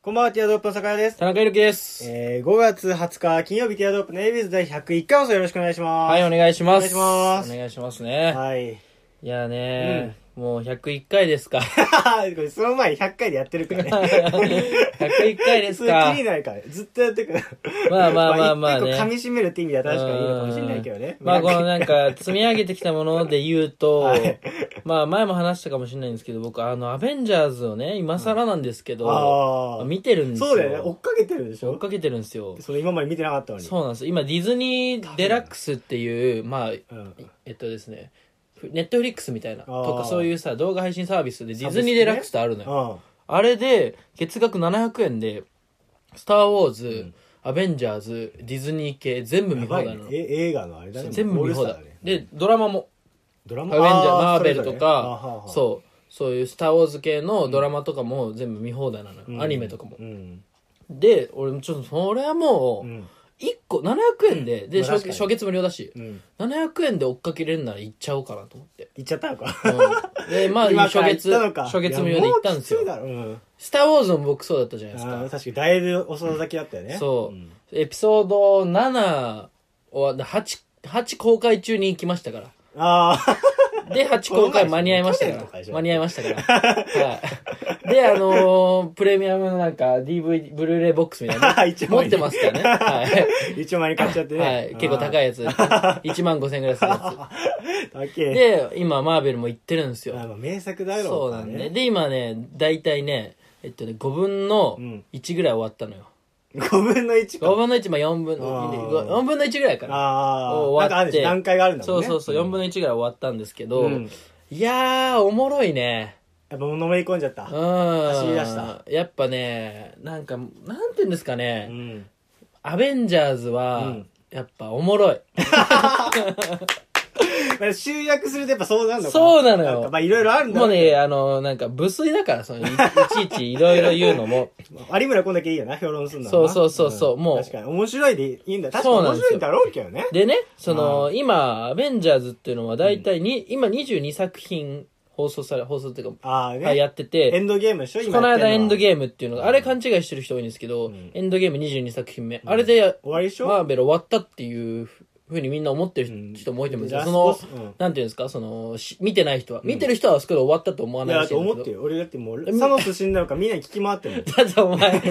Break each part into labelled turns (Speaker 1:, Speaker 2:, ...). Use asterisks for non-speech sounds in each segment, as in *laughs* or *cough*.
Speaker 1: こんばんは、ティアドロップの坂谷です。
Speaker 2: 田中裕樹です。
Speaker 1: えー、5月20日金曜日、ティアドロップのエイビーズ第101回放送よろしくお願いします。
Speaker 2: はい、お願いしま
Speaker 1: お願
Speaker 2: す。
Speaker 1: いします
Speaker 2: お願いしますね。
Speaker 1: はい。
Speaker 2: い、やね、もう101回です
Speaker 1: *laughs*
Speaker 2: か。
Speaker 1: これその前に100回でやってるから
Speaker 2: *laughs*
Speaker 1: ね。
Speaker 2: 101回です
Speaker 1: そ
Speaker 2: か
Speaker 1: れ切り。ないから。ずっとやってるから。
Speaker 2: まあまあまあまあね
Speaker 1: 一個一個噛み締めるって意味では確かにいいのかもしれないけどね。
Speaker 2: うんまあこの
Speaker 1: ね。
Speaker 2: なんか積み上げてきたもので言うと、
Speaker 1: *laughs* はい
Speaker 2: まあ前も話したかもしれないんですけど、僕あのアベンジャーズをね、今更なんですけど、
Speaker 1: ああ。
Speaker 2: 見てるんですよ。
Speaker 1: そうだよね。追っかけてるでし
Speaker 2: 追っ
Speaker 1: ょ
Speaker 2: かけてるんですよ。
Speaker 1: それ今まで見てなかったのに。
Speaker 2: そうなんです。今ディズニーデラックスっていう、まあ、
Speaker 1: うん。
Speaker 2: えっとですね、ネットフリックスみたいな
Speaker 1: あー
Speaker 2: とかそういうさ、動画配信サービスでデ
Speaker 1: サ
Speaker 2: ィ
Speaker 1: ブスクね
Speaker 2: ズニーデラックスってあるのよ。
Speaker 1: うん。
Speaker 2: あれで、月額700円で、スター・ウォーズ、アベンジャーズ、ディズニー系、全部見
Speaker 1: や
Speaker 2: 放
Speaker 1: ば
Speaker 2: 題
Speaker 1: い
Speaker 2: な
Speaker 1: ね
Speaker 2: の。。
Speaker 1: え映画のあれだね。
Speaker 2: 全部見放
Speaker 1: オールスタ
Speaker 2: 題
Speaker 1: ーだね。
Speaker 2: で、ドラマも、
Speaker 1: ドラ
Speaker 2: ア
Speaker 1: マ
Speaker 2: ベンジャー、マーベルと
Speaker 1: あー
Speaker 2: か、
Speaker 1: それぞれね
Speaker 2: そう、そういうスター・ウォーズ系のドラマとかも全部見放題なのよ。
Speaker 1: うん
Speaker 2: アニメとかも。
Speaker 1: うん。
Speaker 2: で、俺もちょっと、それはも
Speaker 1: う
Speaker 2: う、
Speaker 1: ん。
Speaker 2: 1個、700円で、で、
Speaker 1: まあ確
Speaker 2: 初
Speaker 1: かに
Speaker 2: 初月無料だし、
Speaker 1: うん。
Speaker 2: 700円で追っかけれるなら行っちゃおうかなと思って。
Speaker 1: 行っちゃったのか。
Speaker 2: うんで、まあ、
Speaker 1: 今
Speaker 2: 初
Speaker 1: から
Speaker 2: 月、
Speaker 1: 行ったのか
Speaker 2: 初月無料で行ったんですよ
Speaker 1: い。やもうきついだろうん
Speaker 2: スター・ウォーズも僕そうだったじゃないです
Speaker 1: あ
Speaker 2: か
Speaker 1: ー。確かにだいぶ遅咲きだったよね
Speaker 2: そう、
Speaker 1: ん
Speaker 2: エピソード7を8 8公開中に行きましたか
Speaker 1: ああ
Speaker 2: らで8公開間に合いました
Speaker 1: 去年と
Speaker 2: か
Speaker 1: からでしょ
Speaker 2: 間に合いましたから、
Speaker 1: *laughs*
Speaker 2: はい、であのープレミアムのなんか DVD ブルーレイボックスみたいな
Speaker 1: *laughs*
Speaker 2: の
Speaker 1: 一応
Speaker 2: 持ってますから
Speaker 1: *laughs*
Speaker 2: ね、は
Speaker 1: *laughs* 一応前に買っちゃって
Speaker 2: い
Speaker 1: ね
Speaker 2: はい、結構高
Speaker 1: い
Speaker 2: い
Speaker 1: *laughs*
Speaker 2: やつ1万5000円ぐらいするや
Speaker 1: 高い *laughs*
Speaker 2: つ
Speaker 1: で
Speaker 2: で今マーベルも行ってるんですよ
Speaker 1: 名作だろ
Speaker 2: そう
Speaker 1: か
Speaker 2: な
Speaker 1: ら
Speaker 2: んでで今ね大体ねえっとね5分の
Speaker 1: うん
Speaker 2: 1ぐらい終わったのよ、
Speaker 1: 5分の1
Speaker 2: 5
Speaker 1: か
Speaker 2: 分の1まあ4分
Speaker 1: あー
Speaker 2: 4分の1ぐらいかな
Speaker 1: ああ
Speaker 2: 終わって
Speaker 1: なんかあるし段階があるんだも
Speaker 2: そ
Speaker 1: ん
Speaker 2: う
Speaker 1: ね
Speaker 2: そうそう、4分の1ぐらい終わったんですけど、
Speaker 1: うんやっ
Speaker 2: いやー、おもろいね。
Speaker 1: ぱもうのめり込んじゃった
Speaker 2: うん。
Speaker 1: り出した
Speaker 2: やっぱね、なんか、なんて言うんですかね
Speaker 1: う、ん
Speaker 2: アベンジャーズは、
Speaker 1: うん
Speaker 2: やっぱおもろい。
Speaker 1: だから集約するとやっぱそうなるのか
Speaker 2: そうなのよ
Speaker 1: んかまあいろいろあるんだ
Speaker 2: も
Speaker 1: ろ
Speaker 2: う
Speaker 1: う
Speaker 2: ね、
Speaker 1: け
Speaker 2: あの、なんか、無粋だから、その、い *laughs* いちいちいろいろ言うのも。
Speaker 1: ど有村こんだけいいよな評論するのは
Speaker 2: そう
Speaker 1: な
Speaker 2: そうそうそうんもう
Speaker 1: 確かに面白いでいいんだ確かに
Speaker 2: そうなん
Speaker 1: 面
Speaker 2: ですよ
Speaker 1: 白いんだろうけどね
Speaker 2: でね、その、今、アベンジャーズっていうのは大体に、今22作品放送され、放送っていうか、
Speaker 1: ああ
Speaker 2: はい
Speaker 1: ね
Speaker 2: やってて、
Speaker 1: エンドゲームでしょ今
Speaker 2: この間エンド
Speaker 1: ーム
Speaker 2: ゲームっていうのが、あれ勘違いしてる人多いんですけど、
Speaker 1: ん
Speaker 2: エンドゲーム22作品目。あれで、
Speaker 1: 終わりでしょ
Speaker 2: マーベル終わったっていうふうにみんな思って
Speaker 1: うん
Speaker 2: る人も多いと思うんです
Speaker 1: ラ
Speaker 2: よ。
Speaker 1: ス
Speaker 2: そ
Speaker 1: ボ
Speaker 2: の
Speaker 1: スうん、
Speaker 2: なんていうんですか、その、し見てない人は。見てる人はあそこで終わったと思わ
Speaker 1: い
Speaker 2: な
Speaker 1: や、
Speaker 2: い
Speaker 1: だ
Speaker 2: らし
Speaker 1: って
Speaker 2: いん
Speaker 1: 思
Speaker 2: で
Speaker 1: っ
Speaker 2: す
Speaker 1: て
Speaker 2: けど。
Speaker 1: る。俺だってもう、サノス死んだのかみんなに聞き回って
Speaker 2: *laughs*
Speaker 1: る
Speaker 2: だってお前、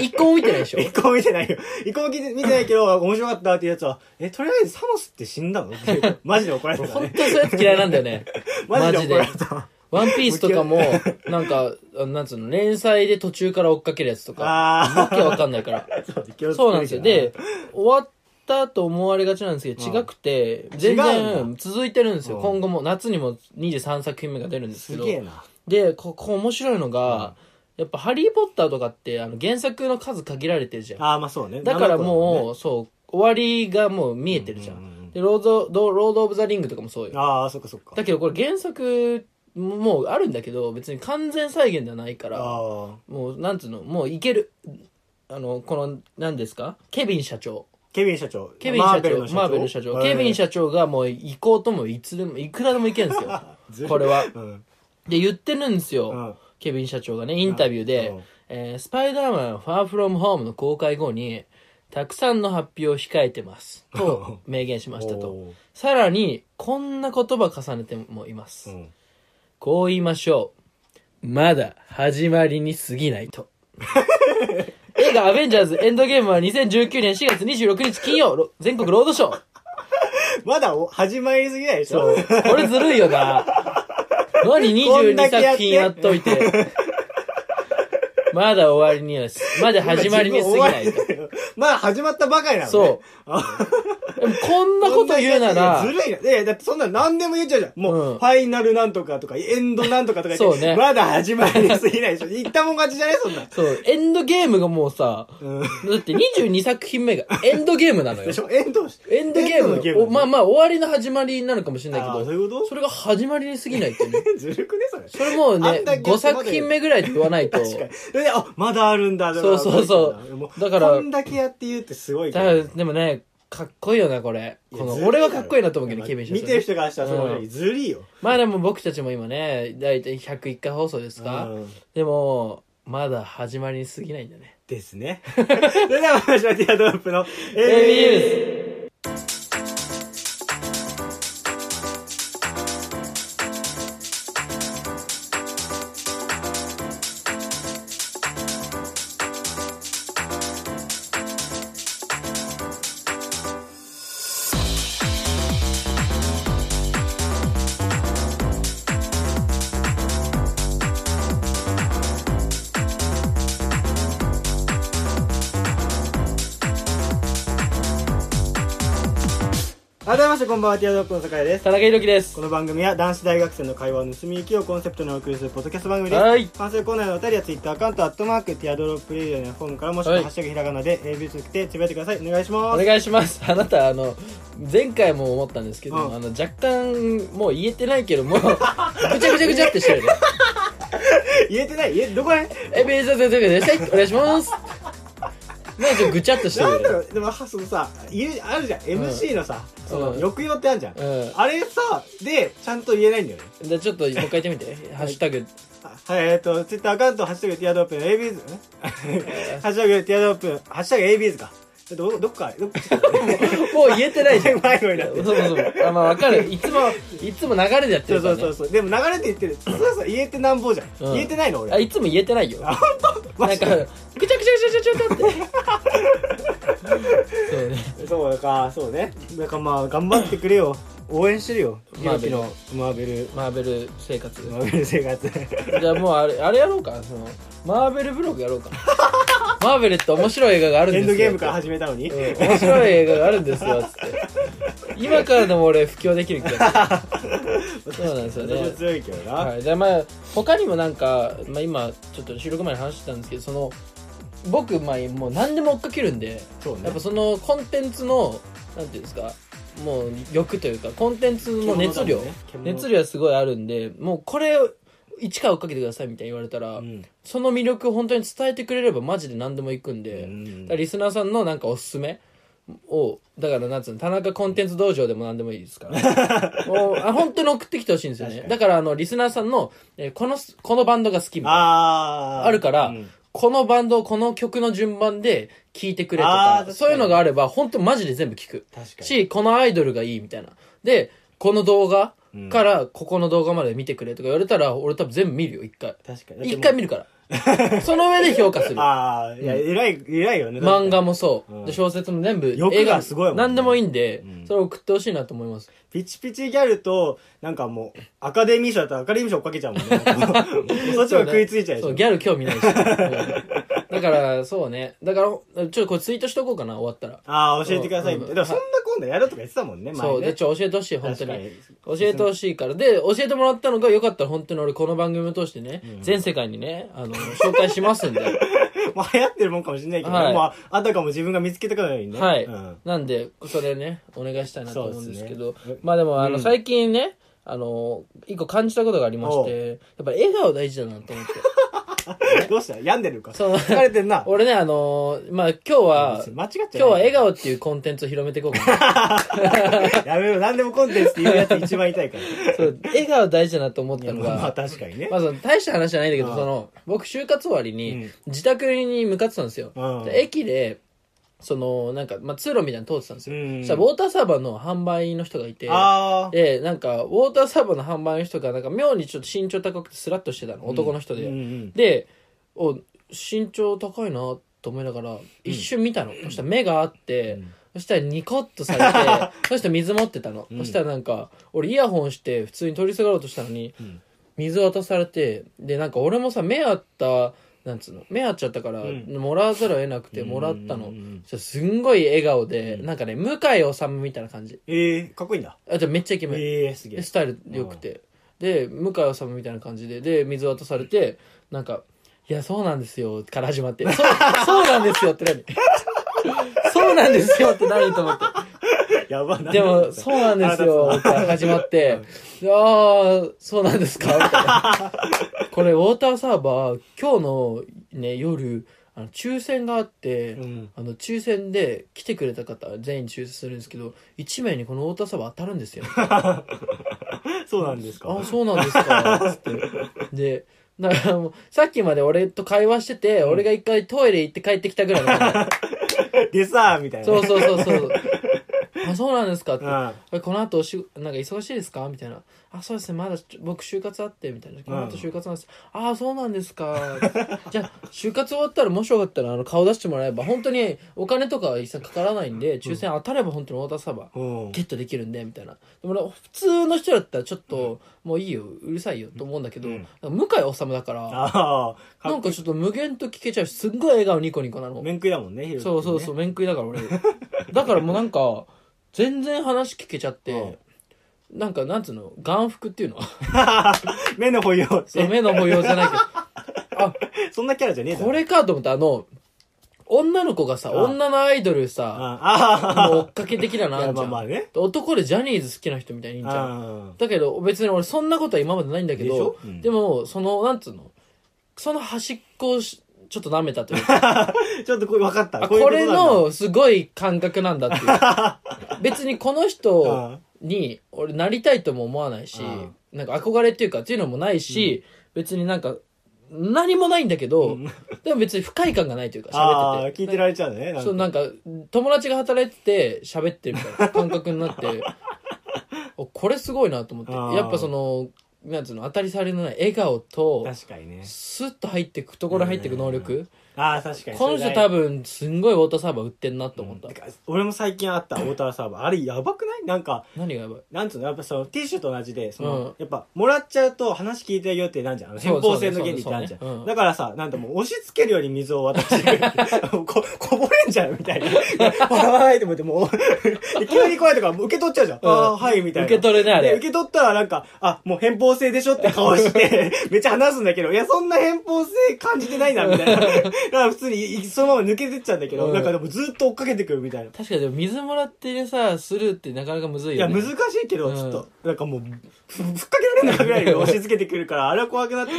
Speaker 2: 一個も見てないでし
Speaker 1: *laughs*
Speaker 2: ょ
Speaker 1: 一個も見てないよ。一個も見て見てないけど、面白かったっていうやつは、え、とりあえずサノスって死ん
Speaker 2: *laughs*
Speaker 1: だのってマジで怒られた
Speaker 2: 本
Speaker 1: ね。
Speaker 2: 当にそういうやつ嫌いなんだよね。
Speaker 1: *laughs* マ
Speaker 2: マ
Speaker 1: ジ
Speaker 2: ジ
Speaker 1: で
Speaker 2: で
Speaker 1: 怒られた。
Speaker 2: ワンピースとかも、なんか、あなんつうの、連載で途中から追っかけるやつとか、わ
Speaker 1: あ
Speaker 2: けわかんないから。
Speaker 1: あ、
Speaker 2: *laughs* そうなんです
Speaker 1: *laughs*
Speaker 2: よ。で、終わったと思われがちなんですけど、違くて、全
Speaker 1: 違うん
Speaker 2: 然続いてるんですよ。
Speaker 1: うん
Speaker 2: 今後も、夏にも23作品目が出るんですけ
Speaker 1: す
Speaker 2: ど。
Speaker 1: げえな。
Speaker 2: で、ここ面白いのが、やっぱハリーポッターとかって、あの、原作の数限られてるじゃん。
Speaker 1: ああ、まあそうね。
Speaker 2: だからもう、
Speaker 1: う、
Speaker 2: そう、終わりがもう見えてるじゃん。
Speaker 1: うんうんうん
Speaker 2: で、ロード、ドロード・オブ・ザ・リングとかもそうよ。
Speaker 1: ああ、そっかそっか。
Speaker 2: だけどこれ原作ももうあるんだけど、別に完全再現ではないから、
Speaker 1: ああ、
Speaker 2: もう、なんつうの、もういける。あの、この、何ですかケビン社長。
Speaker 1: ケビン社長。
Speaker 2: ケビン社
Speaker 1: マーベルの
Speaker 2: 長、マーベルの社長。ケビン
Speaker 1: 長。
Speaker 2: 社長がもう行こうともいつでも、いくらでも行け *laughs* るんです
Speaker 1: ずるい
Speaker 2: よ。これは。
Speaker 1: うん。
Speaker 2: で、言ってるんですよ。
Speaker 1: うん
Speaker 2: ケビン社長がね、インタビューで、
Speaker 1: うん
Speaker 2: えースパイダーマンファーフロムホームの公開後に、たくさんの発表を控えてます。と明言しました
Speaker 1: お
Speaker 2: と
Speaker 1: ー。
Speaker 2: さらに、こんな言葉重ねてもいます。
Speaker 1: うん。
Speaker 2: こう言いましょう。まだ始まりに過ぎないと。 *laughs* 映画アベンジャーズエンドゲームは2019年4月26日金曜、ろ全国ロードショー。
Speaker 1: まだお始まりすぎないでしょ
Speaker 2: そう。これずるいよな。何
Speaker 1: こんだけやって
Speaker 2: 22作品やっといて。まだ終わりにはす、まだ始まりに過ぎな
Speaker 1: *laughs*
Speaker 2: いと。
Speaker 1: まだ始まったばかりなのね。
Speaker 2: そう。でもこんなこと言うなら
Speaker 1: ず、るいな。で、だってそんなの何でも言っちゃうじゃん。もう、
Speaker 2: うん
Speaker 1: ファイナルなんとかとか、エンドなんとかとか言って、
Speaker 2: そうね
Speaker 1: まだ始まりに過ぎないでしょ。言ったもん勝ちじゃねそんな。
Speaker 2: そう、エンドゲームがもうさ、
Speaker 1: うん
Speaker 2: だって22作品目がエンドゲームなのよ
Speaker 1: で。しょエンド、
Speaker 2: エンドゲー
Speaker 1: エ
Speaker 2: ム
Speaker 1: のゲーム
Speaker 2: おまあまあ終わりの始まりなのかもしれないけ
Speaker 1: あー
Speaker 2: ど
Speaker 1: そう、いうこと
Speaker 2: それが始まりに過ぎないってね。 *laughs*
Speaker 1: ずるくねそれ。
Speaker 2: それもう
Speaker 1: あ
Speaker 2: ね
Speaker 1: んだ、け
Speaker 2: 5作品目ぐらいって言わないと。
Speaker 1: 確かに。それで、あ、まだあるんだ、だから
Speaker 2: そうそうそう
Speaker 1: まだあるんも
Speaker 2: だから
Speaker 1: こんだけやって言うってすごいけ
Speaker 2: だ
Speaker 1: ど
Speaker 2: からでもねかっこいいよなこれこの俺はかっこいいなと思うけどケビン社長
Speaker 1: 見てる人からしたらすごい、
Speaker 2: うん
Speaker 1: ずるいよ。
Speaker 2: まあでも僕たちも今ね大体101回放送ですか
Speaker 1: うん
Speaker 2: でもまだ始まりに過ぎないんだね。
Speaker 1: ですね。 *laughs* それでは、私はティアドロップの
Speaker 2: AB ニュース
Speaker 1: 改めまして、こんばんは、ティアドロップの酒井です。
Speaker 2: 田中裕樹です
Speaker 1: こ。の番組は男子大学生の会話を盗み行きをコンセプトにお送りするポッドキャスト番組です。
Speaker 2: はい
Speaker 1: 関西コーナーのお便りはツイッターアカウント、アットマーク、ティアドロップレイディオのフォームから、もしくは
Speaker 2: はい
Speaker 1: ハッシュタグひらがなで、AB つけてつぶやいてください。お願いし
Speaker 2: お
Speaker 1: ます。
Speaker 2: 願いします。あなた、あの、前回も思ったんですけど、
Speaker 1: うん
Speaker 2: あの、若干、もう言えてないけども、ぐちゃぐちゃぐちゃってしてるね。
Speaker 1: 言えてない言え、どこらへん
Speaker 2: え、ベース先生ください。お願いします。もうちょっとぐちゃっとして
Speaker 1: なんだろ
Speaker 2: る
Speaker 1: うでもはそのさ言うあるじゃん MC のさ、その
Speaker 2: うん
Speaker 1: 抑揚ってあるじゃん、
Speaker 2: うん
Speaker 1: あれさでちゃんと言えないんだよね
Speaker 2: ね。でちょっと、もう一回言ってみて。ハッシュタグ。
Speaker 1: あはいえっ、とツイッターアカウント「ハッシュタグティアドロップ」の ABs *laughs* んハッシュタグティアドロップハッシュタグ ABs かえっとどどっかどっ *laughs* か
Speaker 2: もう言えてないじゃん。
Speaker 1: 迷子になっ
Speaker 2: そ
Speaker 1: て
Speaker 2: うそうそう。あ、まあわかる。いつも、いつも流れでやって
Speaker 1: そう
Speaker 2: るか
Speaker 1: そ
Speaker 2: ら、
Speaker 1: う
Speaker 2: ね。
Speaker 1: そうそうでも流れて言ってるそうそう言えてなんぼじゃん、
Speaker 2: うん
Speaker 1: 言えてないの
Speaker 2: あ、
Speaker 1: 俺
Speaker 2: いつも言えてないよ。
Speaker 1: あ本当
Speaker 2: な
Speaker 1: マ
Speaker 2: ん
Speaker 1: ジ
Speaker 2: か、
Speaker 1: で
Speaker 2: ぐちゃぐちゃぐちゃぐちゃぐちゃって。そうね。
Speaker 1: そうかそうねだからまあ頑張ってくれよ応援してるよ
Speaker 2: マー
Speaker 1: 勇
Speaker 2: ベ
Speaker 1: 気
Speaker 2: ル
Speaker 1: のマーベル
Speaker 2: マーベル生活。
Speaker 1: マーベル生
Speaker 2: *laughs*
Speaker 1: 活
Speaker 2: じゃあもうあれあれやろうかそのマーベルブログやろうか *laughs* マーベルって面白い映画があるん
Speaker 1: エン
Speaker 2: ですよ
Speaker 1: ドゲームから始めたのに、
Speaker 2: うん面白い映画があるんですよつって今からでも俺布教できる気がするそうなんですよ
Speaker 1: 私は
Speaker 2: ね
Speaker 1: 強いけどな、
Speaker 2: はい、でまあ他にもなんか、まあ、今ちょっと収録前に話してたんですけどその僕、まあ、もう何でも追っかけるんで
Speaker 1: そうね
Speaker 2: やっぱそのコンテンツのなんていうんですかもう欲というかコンテンツの熱量、
Speaker 1: 獣だもんね獣
Speaker 2: 熱量はすごいあるんでもうこれを一から追っかけてくださいみたいに言われたら、
Speaker 1: うん
Speaker 2: その魅力を本当に伝えてくれればマジで何でも行くんで、
Speaker 1: うん
Speaker 2: だからリスナーさんのなんかおすすめをだからなんつうの田中コンテンツ道場でも何でもいいですから
Speaker 1: *laughs*
Speaker 2: もうあ本当に送ってきてほしいんですよ
Speaker 1: 確
Speaker 2: ね
Speaker 1: かに
Speaker 2: だからあのリスナーさんの、えーこのすこのバンドが好きみたいな
Speaker 1: あー
Speaker 2: あるから、
Speaker 1: うん
Speaker 2: このバンドをこの曲の順番で聴いてくれと
Speaker 1: あー
Speaker 2: か
Speaker 1: 確かに
Speaker 2: そういうのがあれば本当マジで全部聞く
Speaker 1: 確かに
Speaker 2: しこのアイドルがいいみたいなでこの動画からここの動画まで見てくれとか言われたら俺多分全部見るよ一回
Speaker 1: 確かに
Speaker 2: 一回
Speaker 1: 見
Speaker 2: 見るから
Speaker 1: *laughs*
Speaker 2: その上で評価する
Speaker 1: ああいや偉い偉いよね
Speaker 2: 漫画もそう、
Speaker 1: うん
Speaker 2: で小説も全部
Speaker 1: 欲が
Speaker 2: 映画も
Speaker 1: すごいもんね
Speaker 2: 何でもいいんで、
Speaker 1: うん
Speaker 2: それを送ってほしいなと思います
Speaker 1: ピチピチギャルとなんかもうアカデミー賞だったらアカデミー賞追っかけちゃうもんね
Speaker 2: *laughs*
Speaker 1: そっちも食いついちゃうでし
Speaker 2: そう
Speaker 1: ょ
Speaker 2: ギャル興味ないし、うんだからそうねだからちょっとこれツイートしとこうかな終わったら、
Speaker 1: ああ教えてくださいみたいなでも
Speaker 2: うん
Speaker 1: そんな今度やるとか言ってたもんね前
Speaker 2: そうで
Speaker 1: ね
Speaker 2: ちょ教えてほしい本当
Speaker 1: 確か
Speaker 2: に
Speaker 1: に
Speaker 2: 教えてほしいからで教えてもらったのがよかったら本当に俺この番組を通してね、全世界にねあの紹介します
Speaker 1: *laughs*
Speaker 2: んで
Speaker 1: まあ流行って *laughs* るもんかもしれないけど
Speaker 2: はい
Speaker 1: まああたかも自分が見つけたからようにね
Speaker 2: はい、
Speaker 1: うん
Speaker 2: なんでそれねお願いしたいなと思うんですけ
Speaker 1: そう
Speaker 2: ど
Speaker 1: ですね
Speaker 2: まあでもあの、
Speaker 1: うん
Speaker 2: 最近ねあの一個感じたことがありましてやっぱ笑顔大事だなと思って
Speaker 1: どうした病んでるか
Speaker 2: そう
Speaker 1: 疲れてんな
Speaker 2: *laughs* 俺ね、あのーまあ、今日は、
Speaker 1: 間
Speaker 2: 今
Speaker 1: 違っちゃう
Speaker 2: 日は笑顔っていうコンテンツを広めていこうかな。
Speaker 1: やめろ何でもコンテンツって言うやつ一番痛いから *laughs*
Speaker 2: そう、笑顔大事だなと思っ
Speaker 1: い
Speaker 2: た *laughs*
Speaker 1: や
Speaker 2: の
Speaker 1: まあまあ
Speaker 2: が、
Speaker 1: 確かにね
Speaker 2: まあ、その、大した話じゃないんだけ
Speaker 1: う
Speaker 2: ど、
Speaker 1: ん
Speaker 2: その、僕、就活終わり
Speaker 1: う
Speaker 2: に
Speaker 1: ん、
Speaker 2: 自宅に向かってたんですよ。
Speaker 1: うん
Speaker 2: で駅で、その、なんか、まあ、通路みたいなの通ってたんですよ。
Speaker 1: うん
Speaker 2: そしたら、ウォーターサーバーの販売員の人がいて、
Speaker 1: あー
Speaker 2: で、なんか、ウォーターサーバーの販売員の人が、なんか、妙にちょっと身長高くてスラッとしてたの、男の人で。
Speaker 1: うんうん
Speaker 2: でお身長高いなと思いながら一瞬見たの、そしたら目があって、
Speaker 1: ん
Speaker 2: そしたらニコッとさ
Speaker 1: *laughs*
Speaker 2: れてそしたら水持ってたの、そしたらなんか俺イヤホンして普通に取り下がろうとしたのに、
Speaker 1: ん
Speaker 2: 水渡されてでなんか俺もさ目あったなんつうの目合っちゃったから、
Speaker 1: ん
Speaker 2: もらわざるを得なくてもらったの、
Speaker 1: うんうんうんうん
Speaker 2: そしたらすんごい笑顔で、なんかね向井治みたいな感じ
Speaker 1: ええかっこいいんだ
Speaker 2: あじゃあめっちゃイケメン、
Speaker 1: ええすげ
Speaker 2: で *laughs*
Speaker 1: え
Speaker 2: スタイル良くてで向井治みたいな感じでで水渡されてなんか「いやそうなんですよ」から始まって「そう *laughs* そうなんですよ」って何 *laughs* そうなんですよって何と思って。
Speaker 1: やばな
Speaker 2: でも、そうなんですよ、から始まって、でああ、そうなんですかみたい
Speaker 1: *laughs*
Speaker 2: な。これ、ウォーターサーバー、今日のね、夜、あの、抽選があって、
Speaker 1: うん
Speaker 2: あの、抽選で来てくれた方、全員抽選するんですけど、1名にこのウォーターサーバー当たるんですよ。
Speaker 1: そうなんですか *laughs*
Speaker 2: あ、そうなんですか。つって。で、だからもう、さっきまで俺と会話してて、俺が一回トイレ行って帰ってきたぐらいの感
Speaker 1: でさ、みたい *laughs*
Speaker 2: じ。
Speaker 1: な。
Speaker 2: そうそうそうそう。あ、そうなんですかって。
Speaker 1: うん
Speaker 2: えこの後おしなんか忙しいですかみたいな「あそうですねまだちょ僕就活あって」みたいな「この後就活なんです」ああそうなんですか」じゃあ就活終わったらもしよかったらあの顔出してもらえば本当にお金とかは一切かからないんで抽選当たれば本当に渡さば
Speaker 1: うん。
Speaker 2: ゲットできるんでみたいなでも俺普通の人だったらちょっと、もういいようるさいよと思うんだけど、
Speaker 1: うん
Speaker 2: なんか向井治だから
Speaker 1: ああ、
Speaker 2: なんかちょっと無限と聞けちゃうしすっごい笑顔ニコニコなの
Speaker 1: 面食いだもんね、ヒロ
Speaker 2: そうそうそう、面食いだから俺。 *laughs* だからもうなんか、全然話聞けちゃって、なんかなんつうの、眼福っていうの *laughs*
Speaker 1: う。目の保養っ
Speaker 2: そう
Speaker 1: て。
Speaker 2: 目の模様じゃない
Speaker 1: *laughs*
Speaker 2: け
Speaker 1: そんなキャラじゃねえだ
Speaker 2: ど、
Speaker 1: ろ。
Speaker 2: これかと思って、あの、女の子がさ、
Speaker 1: あ
Speaker 2: 女のアイドルさ、
Speaker 1: ああ、
Speaker 2: もう追っかけ的なのあん
Speaker 1: い
Speaker 2: じ
Speaker 1: やま
Speaker 2: ゃ
Speaker 1: あまあ
Speaker 2: ん。
Speaker 1: ね
Speaker 2: で男でジャニーズ好きな人みたいにいんじゃん。
Speaker 1: あ
Speaker 2: だけど、別に俺そんなことは今までないんだけ
Speaker 1: でしょ
Speaker 2: ど、
Speaker 1: うん
Speaker 2: でも、その、なんつうの、その端っこをしちょっと舐めたという
Speaker 1: *laughs*
Speaker 2: か、
Speaker 1: あちょっとこれ分かった。
Speaker 2: あ
Speaker 1: ういう
Speaker 2: こ
Speaker 1: とな
Speaker 2: れ
Speaker 1: んだ、
Speaker 2: のすごい感覚なんだって
Speaker 1: *laughs*
Speaker 2: いう。別にこの人
Speaker 1: あ
Speaker 2: に俺なりたいとも思わないし
Speaker 1: あ、
Speaker 2: なんか憧れっていうかっていうのもないし、別になんか何もないんだけ
Speaker 1: う
Speaker 2: ど、
Speaker 1: ん
Speaker 2: でも別に不快感がないというか
Speaker 1: あ
Speaker 2: 喋っ
Speaker 1: ー、
Speaker 2: てて。
Speaker 1: 聞いてられちゃうね。
Speaker 2: そうなんか友達が働いてて喋ってるみた
Speaker 1: *laughs*
Speaker 2: いな感覚になっておこれすごいなと思って
Speaker 1: ああ
Speaker 2: やっぱそのなんつうの当たり障りのない笑顔と
Speaker 1: 確かにね。
Speaker 2: スッと入ってくところ入ってく能力、
Speaker 1: ああ、確かに。
Speaker 2: この人多分すんごいウォーターサーバー売ってんなと思った、
Speaker 1: てか俺も最近あったウォーターサーバー。あれやばくないなんか、
Speaker 2: 何がやばい
Speaker 1: なんつうのやっぱそのティッシュと同じで、その、
Speaker 2: うん
Speaker 1: やっぱ、もらっちゃうと話聞いてあげようってなんじゃん。あの
Speaker 2: そう
Speaker 1: 偏方性の原理って
Speaker 2: そうね
Speaker 1: あるじゃん。
Speaker 2: そうねうん
Speaker 1: だからさ、なんともう押し付けるように水を渡してく *laughs* るこ、こぼれんじゃんみたいな。笑わないと思って、もう *laughs* で、急に怖いとか受け取っちゃうじゃん。
Speaker 2: うん
Speaker 1: ああ、はい、みたいな。
Speaker 2: 受け取れないあれ
Speaker 1: で受け取ったらなんか、あ、もう偏方性でしょって顔
Speaker 2: *laughs*
Speaker 1: して、めっちゃ話すんだけど、いや、そんな偏方性感じてないな、みた
Speaker 2: *laughs*
Speaker 1: いな。だから普通に、いそのまま抜けてっちゃうんだけど、
Speaker 2: うん
Speaker 1: なんかでもずっと追っかけてくるみたいな。
Speaker 2: 確かにでも水もらってさスルーってなかなかむずい
Speaker 1: いや、
Speaker 2: よ、ね、
Speaker 1: 難しいけど、
Speaker 2: うん
Speaker 1: ちょっと、なんかもう、ふふっかけられないぐらいで押し付けてくるから、あれは怖くなっ
Speaker 2: *laughs*
Speaker 1: て、